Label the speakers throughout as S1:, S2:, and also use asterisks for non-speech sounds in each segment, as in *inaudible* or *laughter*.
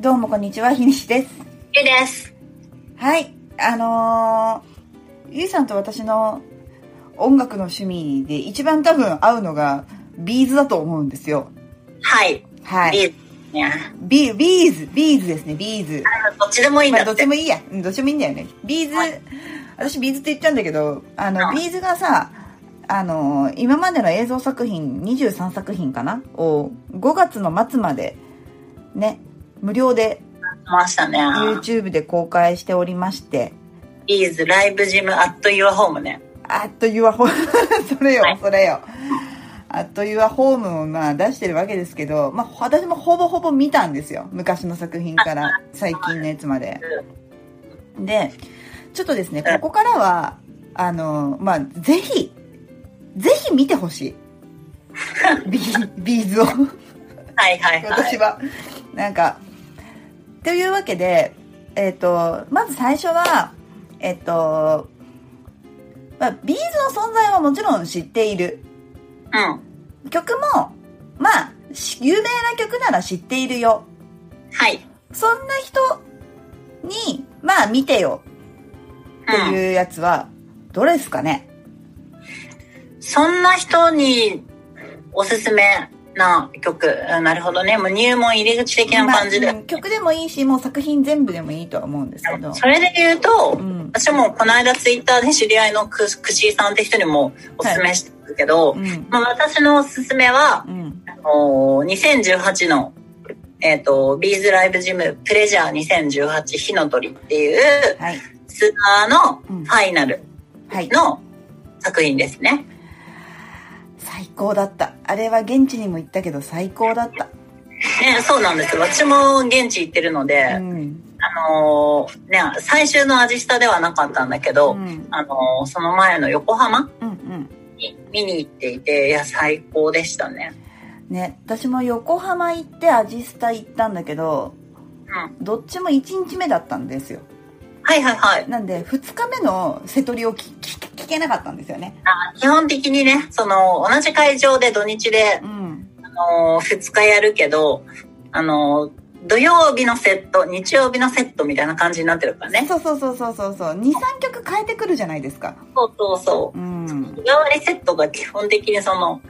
S1: どうもこんにちは、ひにしです。
S2: ゆです。
S1: はい、あのー、ゆいさんと私の音楽の趣味で一番多分合うのがビーズだと思うんですよ。
S2: はい。
S1: はい。
S2: いいや、
S1: ビビーズ、ビーズですね、ビーズ。
S2: どっちでもいいん
S1: ま
S2: だ
S1: あ、どっ
S2: って。
S1: ちもいいや。うんどっちもいいんだよね。ビーズ、
S2: は
S1: 私ビーズって言っちゃうんだけど、あの、
S2: うん
S1: ビーズがさ、あの、今までの映像作品、23作品かなを、5月の末まで、ね、無料で
S2: ましたね。
S1: YouTube で公開しておりまして、
S2: ビーズライブジムアットユアホームね。
S1: あっというわホー *laughs* それよ
S2: はい、
S1: それよ。あっというわホームをまあ出してるわけですけど、まあ私もほぼほぼ見たんですよ。昔の作品から最近のやつまで。で、ちょっとですね、
S2: うん
S1: ここからは、あの、まあぜひ、ぜひ見てほし
S2: *laughs*
S1: い。ビビーズを。
S2: はいはいは
S1: 私
S2: い。
S1: は。なんか、というわけで、えっ、と、まず最初は、えっ、と、まあ、ビーズの存在はもちろん知っている。
S2: うん。
S1: 曲も、まあ、し有名な曲なら知っているよ。
S2: はい。
S1: そんな人に、まあ見てよって
S2: うん。
S1: いうやつは、どれですかね
S2: そんな人におすすめな曲。うんなるほどね。もう入門入り口的な感じ
S1: ま
S2: で
S1: あう。ん曲でもいいし、もう作品全部でもいいとは思うんですけど。
S2: それで言うと
S1: う、ん。
S2: 私もこの間ツイッターで知り合いのくくしーさんって人にもおすすめしてるけど、
S1: うん。
S2: まあ私のおすすめは、
S1: うん。
S2: あのー2018の、えっ、と、ビーズライブジムプレジャー2018火の鳥っていう
S1: はい。
S2: ツアーの
S1: うん
S2: ファイナル
S1: はい。
S2: の作品ですね。
S1: 最高だったあれは現地にも行ったけど最高だった
S2: ね、そうなんですよ。私も現地行ってるので、
S1: うん、
S2: あのーね、最終のアジスタではなかったんだけど、
S1: うんうん
S2: あのーその前の横浜
S1: うん
S2: に見に行っていて、いや、最高でしたね。
S1: ね私も横浜行ってアジスタ行ったんだけど
S2: うん。
S1: どっちも1日目だったんですよ
S2: はいはいはい。
S1: なんで2日目の瀬戸りを聞聞聞けなかったんですよね
S2: 基本的にね、その、同じ会場で土日で
S1: うん
S2: あのー、2日やるけど、あのー、土曜日のセット、日曜日のセットみたいな感じになってるからね。
S1: そうそうそうそうそうそう23曲変えてくるじゃないですか
S2: そうそうそうう。
S1: ん
S2: 日替わりセットが基本的にその、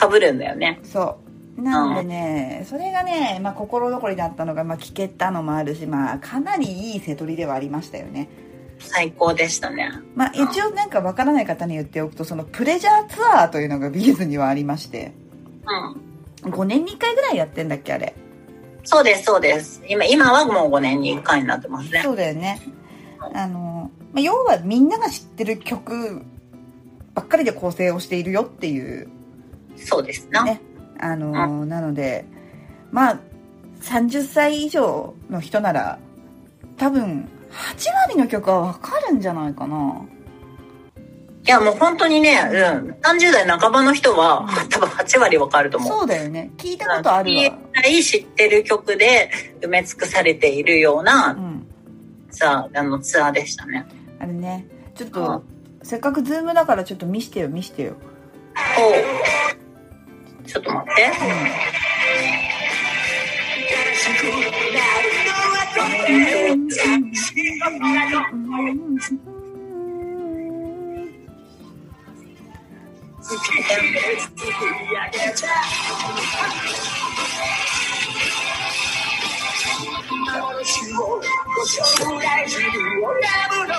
S2: 被るんだよね。
S1: そうなんでねそれがね、まあ、心残りだったのが、まあ、聞けたのもあるし、まあ、かなりいい瀬戸りではありましたよね
S2: 最高でしたね。
S1: まあ、
S2: うん
S1: 一応なんかわからない方に言っておくとそのプレジャーツアーというのがビーズにはありまして
S2: うん。
S1: 5年に1回ぐらいやってんだっけあれ
S2: そうです、そうです。今、今はもう5年に1回になってますね。
S1: そうだよねあの、まあ、要はみんなが知ってる曲ばっかりで構成をしているよっていう
S2: そうですな。
S1: ねあのなのでまあ30歳以上の人なら多分8割の曲はわかるんじゃないかない
S2: や、もう本当にね、うん。30代半ばの人は、多分8割わかると思う。
S1: そうだよね聞いたことあるわ
S2: ぐらい知ってる曲で埋め尽くされているよう
S1: う
S2: なんツアー、あのツアーでしたね。
S1: あれねちょっ
S2: あ
S1: とせっかくズームだからちょっと見してよ見してよ、
S2: ほう。ちょっと待って。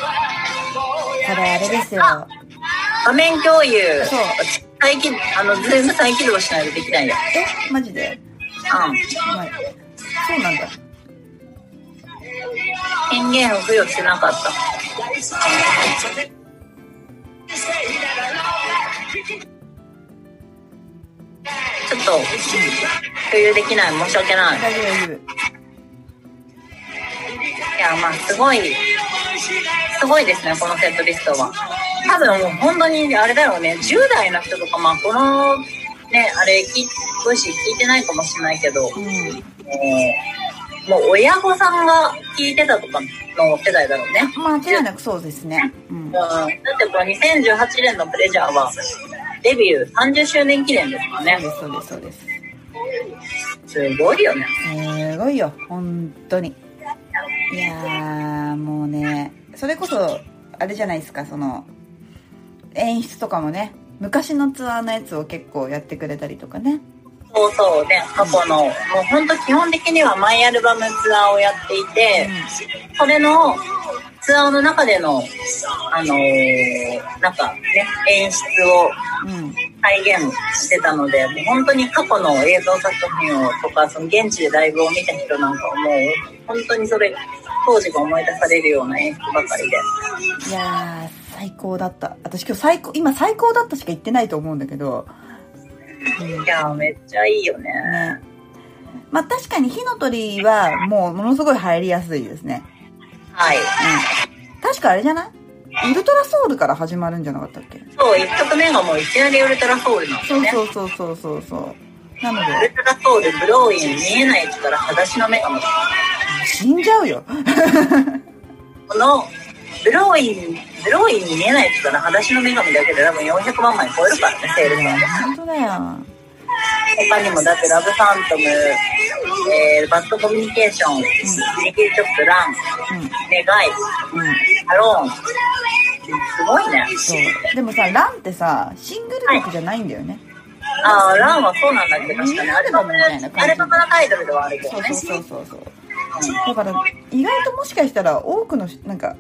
S1: これあれですよ
S2: 画面共有。
S1: そう
S2: 再起、あの、ズーム再起動しないとできないよ。
S1: えマジで、
S2: う
S1: まあそうなんだ
S2: ん。権限を付与してなかった。ちょっと、共有できない。申し訳ない。
S1: 大丈夫大丈
S2: いや、まあ、すごい、すごいですね、このセットリストは。多分もう本当に、あれだろうね、10代の人とか、まあ、この、ね、あれ、きボイシー聞いてないかもしれないけど、
S1: 夫、うん
S2: えーもう親御さんが聞いてたとかの世代だろうね。
S1: まあ間違いなくそうですね、うん
S2: うん、、だってこれ2018年のプレジャーは、デビュー30周年記念です
S1: そう
S2: からね
S1: で。すそうですそうです
S2: すごいよね。
S1: すごいよ本当にいやーもうねそれこそあれじゃないですかその演出とかもね昔のツアーのやつを結構やってくれたりとかね
S2: そうそうね、過去の、もう本当基本的にはマイアルバムツアーをやっていて、それのツアーの中での、あのーなんかね、演出を
S1: うん
S2: 再現してたので、もう本当に過去の映像作品をとか、その現地でライブを見た人なんかはもう、本当にそれ、当時が思い出されるような演出ばかりで。
S1: いやー最高だった私今日最高今最高だったしか言ってないと思うんだけど
S2: いやー、めっちゃいいよね。
S1: ねまあ確かに火の鳥はもうものすごい入りやすいですね
S2: はい。
S1: うん確かあれじゃないウルトラソウルから始まるんじゃなかったっけ
S2: そう、一曲目がもういきなりウルトラソウルなんです
S1: そ
S2: よ
S1: う
S2: ね。
S1: そうそうそうそうそうなの
S2: ウル
S1: で
S2: トラソウル、ブローイン、見えないから裸足の女神。
S1: 死んじゃうよ
S2: この、ブローイン、ブローインに見えないから裸足の女神だけで多分400万枚超えるからね、セールスはね。
S1: *laughs* 本当だよ
S2: 他にもだってラブファントム、えー、バッドコミュニケーション、ミニキーチョップラン、願い、
S1: うんうん
S2: ハローン。すごいね。
S1: そうでもさランってさシングル曲じゃないんだよね、
S2: ああ、ランはそうなんだけど、確かにアルバム、
S1: みんなでもみたいな感じ
S2: アルバムのタイトルではあるけど
S1: そう
S2: ね。
S1: そうそうそうそうだから意外ともしかしたら多くのしなんか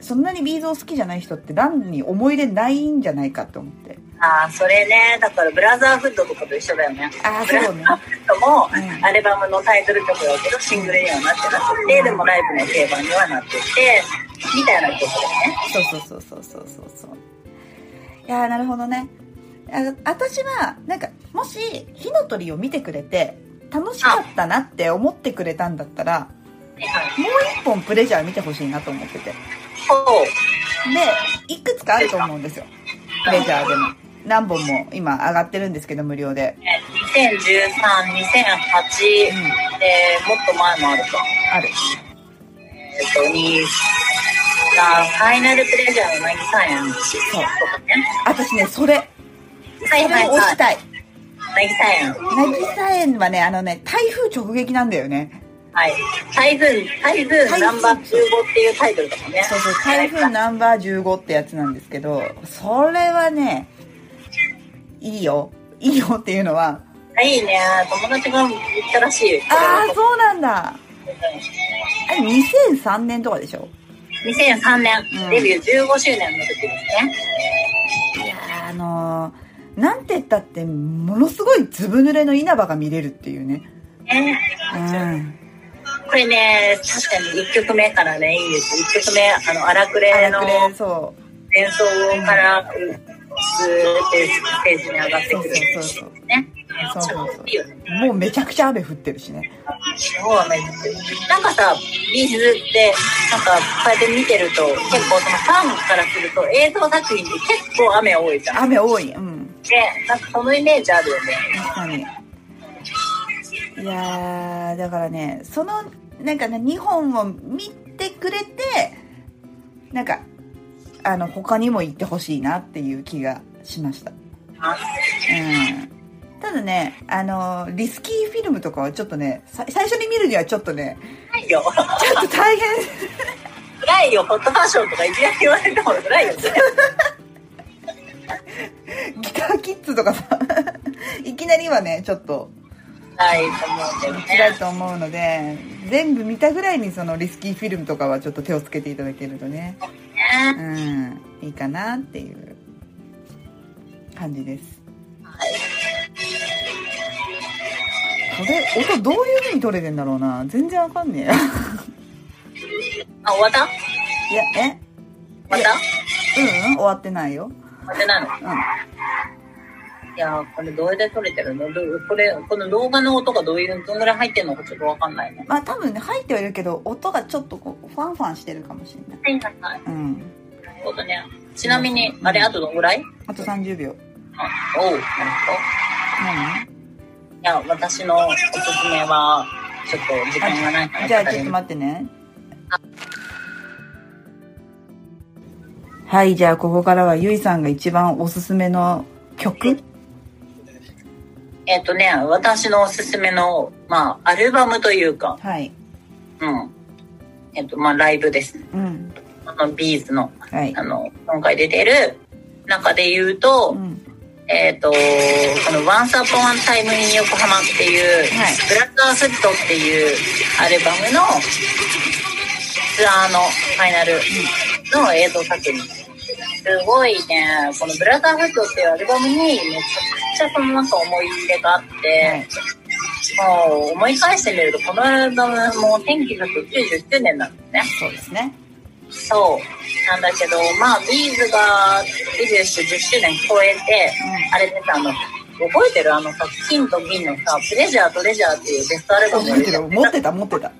S1: そんなにビーズを好きじゃない人ってランに思い入れないんじゃないかと思って
S2: ああ、それね、だからブラザーフッドとかと一緒だよね。
S1: ああそうね
S2: とも、
S1: うん
S2: アルバムのタイトル曲だけどシングルにはなってなくてでもライブの定番にはなっててみたいなことだよね
S1: そうそうそうそうそうそうそういやーなるほどねあ私はなんかもし火の鳥を見てくれて楽しかったなって思ってくれたんだったらもう一本プレジャー見てほしいなと思ってて
S2: そう
S1: でいくつかあると思うんですよプレジャーでも何本も今上がってるんですけど無料で、
S2: ね
S1: うん
S2: 20132008、えーもっと前もあるか
S1: ある
S2: えっとにあファイナルプレジャーのなぎさんやんと
S1: そう
S2: かね
S1: 私ねそれ
S2: はい
S1: そ
S2: は
S1: れ
S2: い
S1: を押
S2: は
S1: し
S2: い
S1: たい
S2: なぎさんやん
S1: 渚園はねあのね台風直撃なんだよね
S2: はい台風台風ナンバー15っていうタイトルだもんね
S1: そうそう台風ナンバー15ってやつなんですけどそれはねいいよいいよっていうのはい
S2: いね友達が言ったらしいよ
S1: ああそうなんだあれ2003年とかでしょ
S2: 2003年、
S1: うん
S2: デビュー15周年の時ですね。
S1: いやーあのーなんて言ったってものすごいずぶ濡れの稲葉が見れるっていうね
S2: ね
S1: うん
S2: これね、確かに1曲目からね、いいんです。1曲目、あの、荒くれの
S1: 荒くれそう
S2: 演奏から、ずーってステージに上がって
S1: そう
S2: く
S1: そう
S2: る
S1: そうそう
S2: ね。
S1: そうそうそう
S2: いいよね。
S1: もうめちゃくちゃ雨降ってるしね
S2: そうなんですよ。なんかさ、ビーズって、なんか、こうやって見てると、結構そのファンからすると、映像作品って結構雨多いじゃん。
S1: 雨多いうん
S2: で、なんかそのイメージあるよね。
S1: 確かにいやーだからねそのなんかね2本を見てくれてなんかあの他にも行ってほしいなっていう気がしましたうんただねあのリスキーフィルムとかはちょっとねさ最初に見るにはちょっとね
S2: ないよ。
S1: ちょっと大変 *laughs*
S2: 辛いよ、ホットファッションとかいきなり言われても辛いよね。
S1: ギターキッズとかさ *laughs* いきなりはねちょっと
S2: ないと思うんだよ
S1: 辛い
S2: ね。
S1: と思うので全部見たぐらいにそのリスキーフィルムとかはちょっと手をつけていただけるとねうんいいかなっていう感じですこれ音どういう風に取れてんだろうな全然わかんねえ
S2: あ、終わった
S1: いやえ
S2: 終わっ
S1: うん、うん、終わってないよ
S2: た終わってないの
S1: う
S2: いやー、これどうやって撮れてるのどうこれ、この動画の音がどういう、どんぐらい入ってるのかちょっとわかんないね。
S1: んまあ多分ね入ってはいるけど音がちょっとこうファンファンしてるかもしれない
S2: はいはいはい。
S1: うん
S2: そうだね。ちなみに、あれ、あとどんぐらい
S1: あと30秒
S2: あおう、なる
S1: 何
S2: ほど。いや、私のおすすめは、ちょっと時間がないから。
S1: じゃあちょっと待ってねはいじゃあここからはゆいさんが一番おすすめの曲
S2: えっ、とね、私のおすすめの、まあ、アルバムというか、
S1: はい。
S2: うん。えっ、と、まあ、ライブですね。
S1: うん。
S2: あの、ビーズの、
S1: はい
S2: あ。の、今回出てる中で言う
S1: う
S2: と、
S1: ん。
S2: えっ、と、この Once Upon a Time in 横浜っていう、
S1: はい
S2: ブラッドアフットっていうアルバムのツアーのファイナルの映像作品。すごいね、このブラザーフットっていうアルバムにめちゃくちゃそのなんか思い入れがあって、
S1: はい。
S2: もう思い返してみると、このアルバムも1999年なんですね。
S1: そうですね。
S2: そう。なんだけど、まあ、ビーズがデビューして10周年超えて、
S1: う
S2: あれでさ、あの、覚えてるあのさ、金と銀のさ、プレジャーとレジャーっていうベストアルバム
S1: 覚えてる。
S2: を
S1: 持ってた、持ってた。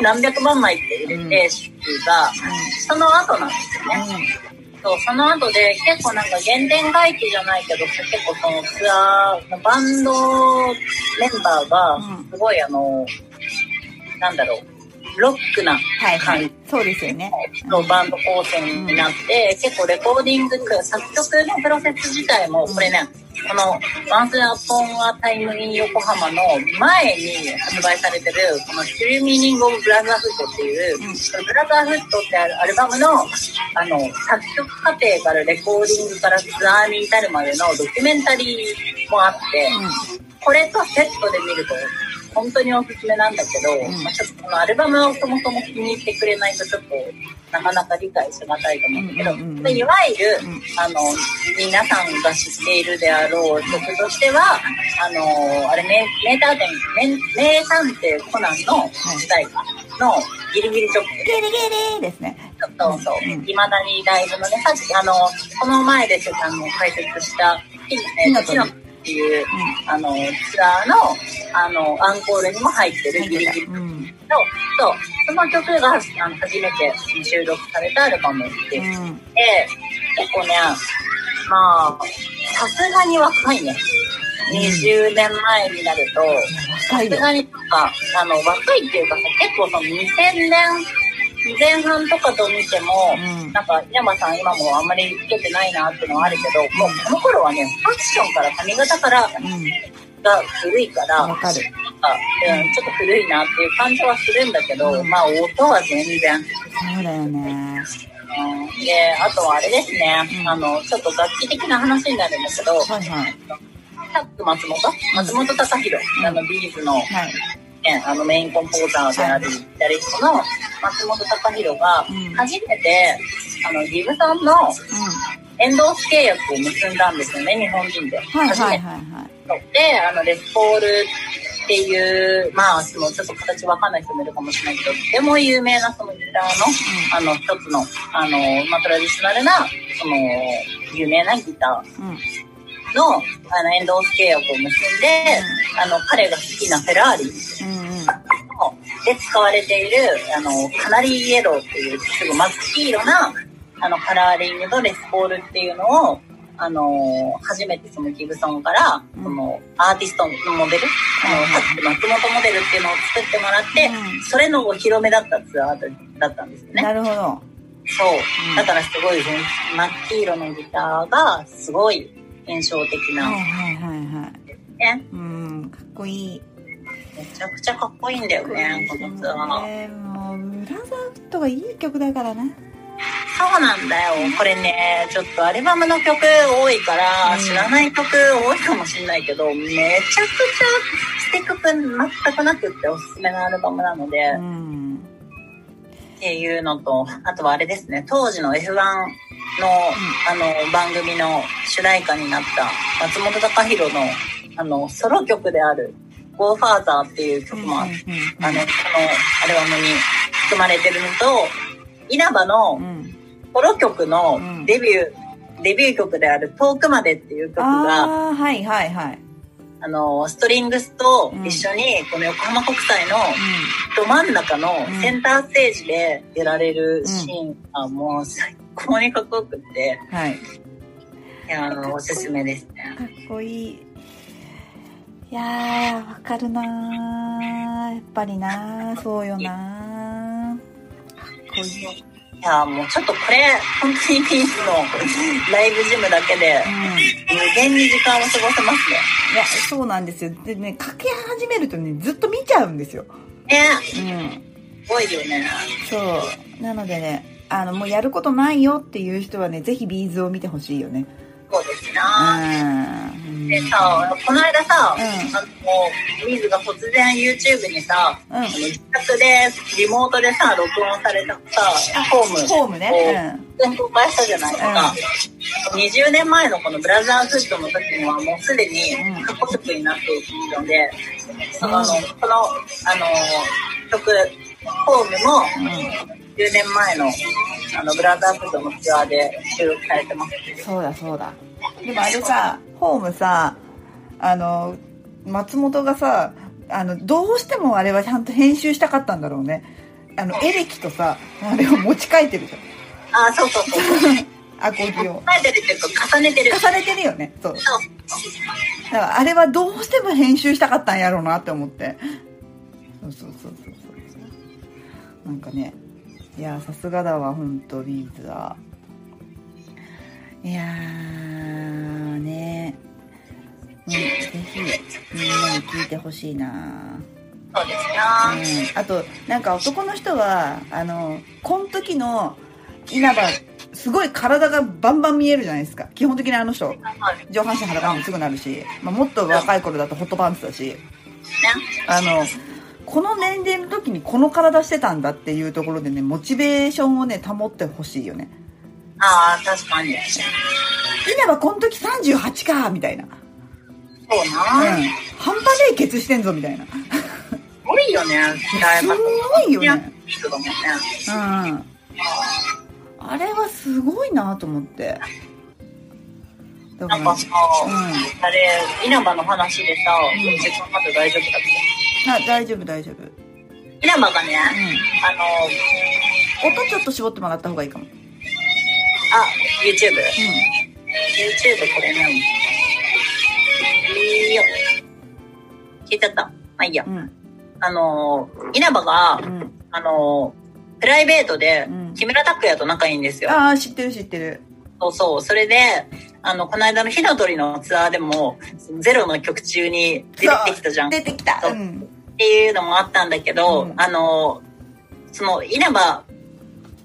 S2: 何百万枚って入れて、シが、その後なんですよね。
S1: う
S2: そう、その後で結構なんか原点回帰じゃないけど、結構そのツアー、バンドメンバーが
S1: うん、
S2: すごいあの、なんだろう、ロックな
S1: はいは
S2: 感
S1: い
S2: じ。
S1: そうですよね。
S2: のバンド構成になって、結構レコーディング、作曲のプロセス自体も、これね、この Once Upon a Time in 横浜の前に発売されてる、この True Meaning of Brotherhood っていう、
S1: うん
S2: ブラザーフットってあるアルバムの、あの、作曲過程からレコーディングからツアーに至るまでのドキュメンタリーもあって、これとセットで見ると、本当におすすめなんだけど、
S1: うん
S2: まあちょっとこのアルバムをそもそも気に入ってくれないと、ちょっと、なかなか理解しがたいと思うんだけど、
S1: うんうんうんうん
S2: でいわゆる、
S1: うん
S2: あの、皆さんが知っているであろう曲としては、あの、あれ、名名探偵、名名探偵コナンの主題歌のギリギリショップ
S1: ゲレゲレですね。
S2: そうそう。
S1: うん
S2: いまだにライブのね、さっき、あの、この前であの解説した、ひ
S1: ひ
S2: の
S1: な
S2: と
S1: と
S2: っていう、
S1: う
S2: あの、ツアーの、あの、アンコールにも入ってるギリギリ
S1: う
S2: の、
S1: ん。
S2: そう、その曲があの初めて収録されたアルバムって
S1: う
S2: いうので、
S1: ん。
S2: 結構ね、まあ、さすがに若いね。
S1: うん
S2: 20年前になると、
S1: 若い
S2: さ
S1: よ
S2: す。がにとか、あの、若いっていうかさ、結構その2000年前半とかと見ても、
S1: うん。
S2: なんか、稲葉さん今もあんまりつけてないなっていうのはあるけど、もうこの頃はね、ファッションから髪型から
S1: う
S2: が古いから、
S1: ん。わかる。
S2: なんか、うん、ちょっと古いなっていう感じはするんだけど、まあ音は全然。
S1: そうだよね。
S2: うん、で、あとはあれですね、
S1: うん
S2: あの、ちょっと楽器的な話になるんだけど、
S1: はいはい。
S2: タック松本松本隆弘、あの、ビーズの、
S1: はい。
S2: ね、あのメインコンポーザーであるギタリストの松本隆弘が
S1: うん、
S2: 初めて、あの、ギブソンの
S1: う
S2: エンドース契約を結んだんですよね、日本人で。
S1: ん。はい
S2: 初
S1: は
S2: め
S1: い
S2: て
S1: はいはい。
S2: で、あの、レスポールっていう、まあ、その、ちょっと形わかんない人もいるかもしれないけど、とても有名なそのギターの、あの、一つの、あの、まあ、トラディショナルな、その、有名なギター
S1: うん。
S2: の、あの、エンドース契約を結んで、あの、彼が好きなフェラーリ
S1: うんうん。
S2: で使われている、あの、カナリーイエローっていう、すごい真っ黄色な、あの、カラーリングとレスポールっていうのを、あの、初めてそのギブソンから、
S1: うん
S2: その、アーティストのモデル、あ
S1: はい
S2: の、
S1: は
S2: さ
S1: い
S2: っきの松本モデルっていうのを作ってもらって、
S1: うん
S2: それのお披露目だったツアーだったんですよね。
S1: なるほど。
S2: そう
S1: う。ん
S2: だからすごい、真っ黄色のギターが、すごい印象的な、
S1: はい
S2: ね。
S1: はいはいはい。うん。かっこいい。
S2: めちゃくちゃかっこいいんだよね、このツアー。
S1: ねもう、ブラザーフットがいい曲だからな。
S2: そうなんだよ。これね、ちょっとアルバムの曲多いから、
S1: うん
S2: 知らない曲多いかもしんないけど、めちゃくちゃ捨て曲全くなくっておすすめのアルバムなので、
S1: う
S2: っ
S1: ん。
S2: ていうのと、あとはあれですね、当時の F1 の、あの、番組の主題歌になった松本隆弘の、あの、ソロ曲である、Go Father っていう曲もあって、あの、このアルバムに含まれてるのと、稲葉の、
S1: うん。
S2: ソロ曲の
S1: うん
S2: デビュー、デビュー曲である遠くまでっていう曲が、あ
S1: ああ、はいはいはい。
S2: の、ストリングスと
S1: うん
S2: 一緒に、この横浜国際のど真ん中の
S1: うん
S2: センターステージで出られるシーンがもう最高にかっこよくって、
S1: うん。はい。
S2: いや、あの、おすすめですね。
S1: かっこいい。いやー、わかるなー。やっぱりなー。そうよなー。かっこいい。
S2: いやもうちょっとこれ本当にピ
S1: *laughs*
S2: ンスのライブジムだけで無限に時間を過ごせますね
S1: いや、そうなんですよ。でね、かけ始めるとね、ずっと見ちゃうんですよ。
S2: ね
S1: うん。
S2: すごいよね
S1: そう。なのでね、あの、もうやることないよっていう人はね、ぜひビーズを見てほしいよね。
S2: そうです
S1: う
S2: な、
S1: ん。
S2: でさこの間さ、
S1: うん
S2: あのミーズが突然 YouTube にさ、
S1: うん
S2: あの自宅でリモートでさ録音されたさホーム
S1: ホームね。
S2: 全公開したじゃないですか、20年前のこのブラザーフットの時にはもうすでに
S1: うん
S2: 過去曲になっているので、そのあのこのあの曲ホームも
S1: うん。うん
S2: 10年前のあのブラザーフットのツアーで収録されてます
S1: そうだそうだでもあれさホームさあの松本がさあのどうしてもあれはちゃんと編集したかったんだろうねあのエレキとさあれを持ち替えてるじ
S2: ああそうそうそう
S1: *laughs*
S2: そう
S1: ゃんアコギを
S2: 変えてるっていうか重ねてる
S1: 重ねてるよねそう
S2: そう
S1: だからあれはどうしても編集したかったんやろうなって思ってそうそうそうそうそうなんかねいやーさすがだわ本当ビーズはいやーねうん、ぜひみんなに聞いてほしいな、
S2: そうです
S1: う、
S2: なん
S1: あとなんか男の人はあのこの時の稲葉すごい体がバンバン見えるじゃないですか基本的にあの人
S2: はいね
S1: 上半身裸にもすぐなるし、まあ、もっと若い頃だとホットパンツだしあのこの年齢の時にこの体してたんだっていうところでねモチベーションをね保ってほしいよね
S2: ああ確かにそ
S1: 稲葉この時38かみたいな、うん、
S2: うな、す
S1: 半端ねえケツしてんぞみたいなす
S2: ごいよねライブ
S1: ごいよね
S2: 人だもんね
S1: うんあれはすごいなと思ってだ
S2: なんかさ、
S1: う
S2: あれ、稲葉の話でさ、
S1: ん
S2: 時間まで大丈夫だっ
S1: な大丈夫大丈夫うん
S2: け稲葉がね、あの、
S1: 音ちょっと絞ってもらった方がいいかも、うん、
S2: あ、YouTube。YouTube これね。いいよ。聞いちゃった。まあいいや。
S1: うん
S2: あの、稲葉が、
S1: うん
S2: あの、プライベートで
S1: うん、
S2: 木村拓哉と仲いいんですよ。
S1: ああ知ってる知ってる
S2: そうそう。それで、あの、この間の火の鳥のツアーでも、ゼロの曲中に出てきたじゃん。
S1: 出てきた
S2: そう
S1: うん
S2: っていうのもあったんだけど、
S1: うん
S2: あのその稲葉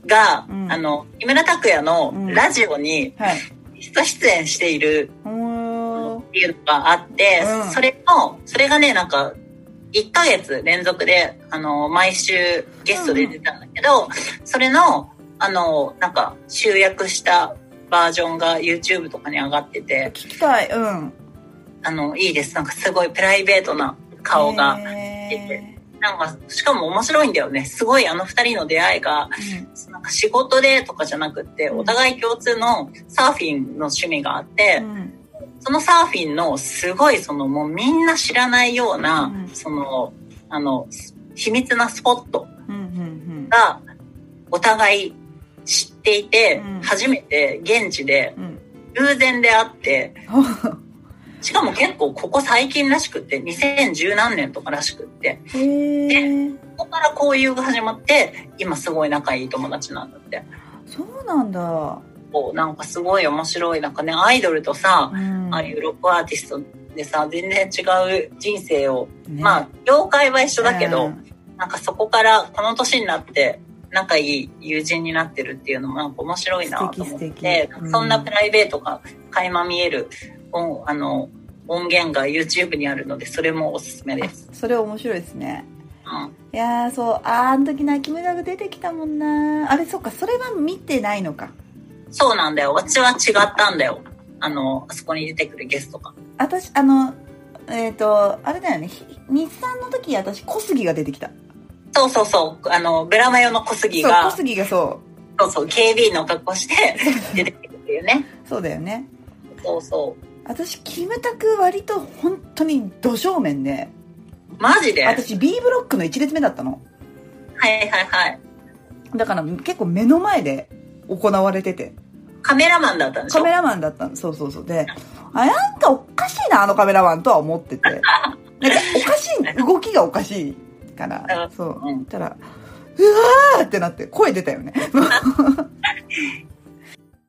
S2: が、
S1: うん
S2: あの木村拓哉の
S1: うん
S2: ラジオに
S1: はい
S2: ゲスト出演している
S1: うーん
S2: っていうのがあって、
S1: うん
S2: それのそれがねなんか1ヶ月連続であの毎週ゲストで出たんだけど、それのあのなんか集約したバージョンが YouTube とかに上がって
S1: 聞
S2: て
S1: きたいうん
S2: あのいいですなんかすごいプライベートな顔が。出
S1: へ
S2: てなんか、しかも面白いんだよね。すごいあの二人の出会いが、
S1: ー
S2: なんか仕事でとかじゃなくって、
S1: うん
S2: お互い共通のサーフィンの趣味があって
S1: う、ん
S2: そのサーフィンのすごいそのもうみんな知らないような
S1: うん、
S2: その、あの、秘密なスポット
S1: うんうん
S2: がお互い知っていて
S1: うん、
S2: 初めて現地で
S1: うんうん
S2: 偶然出会って、
S1: ほう
S2: しかも結構ここ最近らしくって、2010何年とからしくって、
S1: へー
S2: そこから交友が始まって今すごい仲いい友達なんだって
S1: そうなんだ
S2: こうなんかすごい面白いなんかねアイドルとさ、
S1: うん
S2: ああいうロックアーティストでさ全然違う人生を、
S1: ね
S2: まあ業界は一緒だけど、
S1: うん
S2: なんかそこからこの年になって仲いい友人になってるっていうのもなんか面白いなと思
S1: 素
S2: っ
S1: 敵
S2: て
S1: 素敵うん
S2: そんなプライベートが垣間見える音あの音源が YouTube にあるのでそれもおすすめです。
S1: それ面白いですね
S2: うん
S1: いやーそうあーあの時泣き目が出てきたもんなあれそっかそれは見てないのか
S2: そうなんだよ。私は違ったんだよ。あの、あそこに出てくるゲストが。
S1: 私あのえっ、とあれだよねひ日産の時私小杉が出てきた
S2: そうそうそう。あの、ブラマヨの小杉
S1: そう小
S2: が、そう
S1: 杉がそ
S2: そう警備員の格
S1: *laughs*
S2: 好して出てくるっていうね。
S1: うそうだよね
S2: そうそ
S1: 私キムタク割と本当にど正面で
S2: う。マジではい
S1: 私 B ブロックの1列目だったの
S2: はいはい。
S1: だから結構目の前で行われてて
S2: カメラマンだったんでし
S1: カ
S2: ょ
S1: メラマンだったのそうそうそうであなんかおかしいなあのカメラマンとは思
S2: *laughs*
S1: っててなんかおかしい動きがおかしいからそう
S2: うん
S1: たらーってなって声出たよね。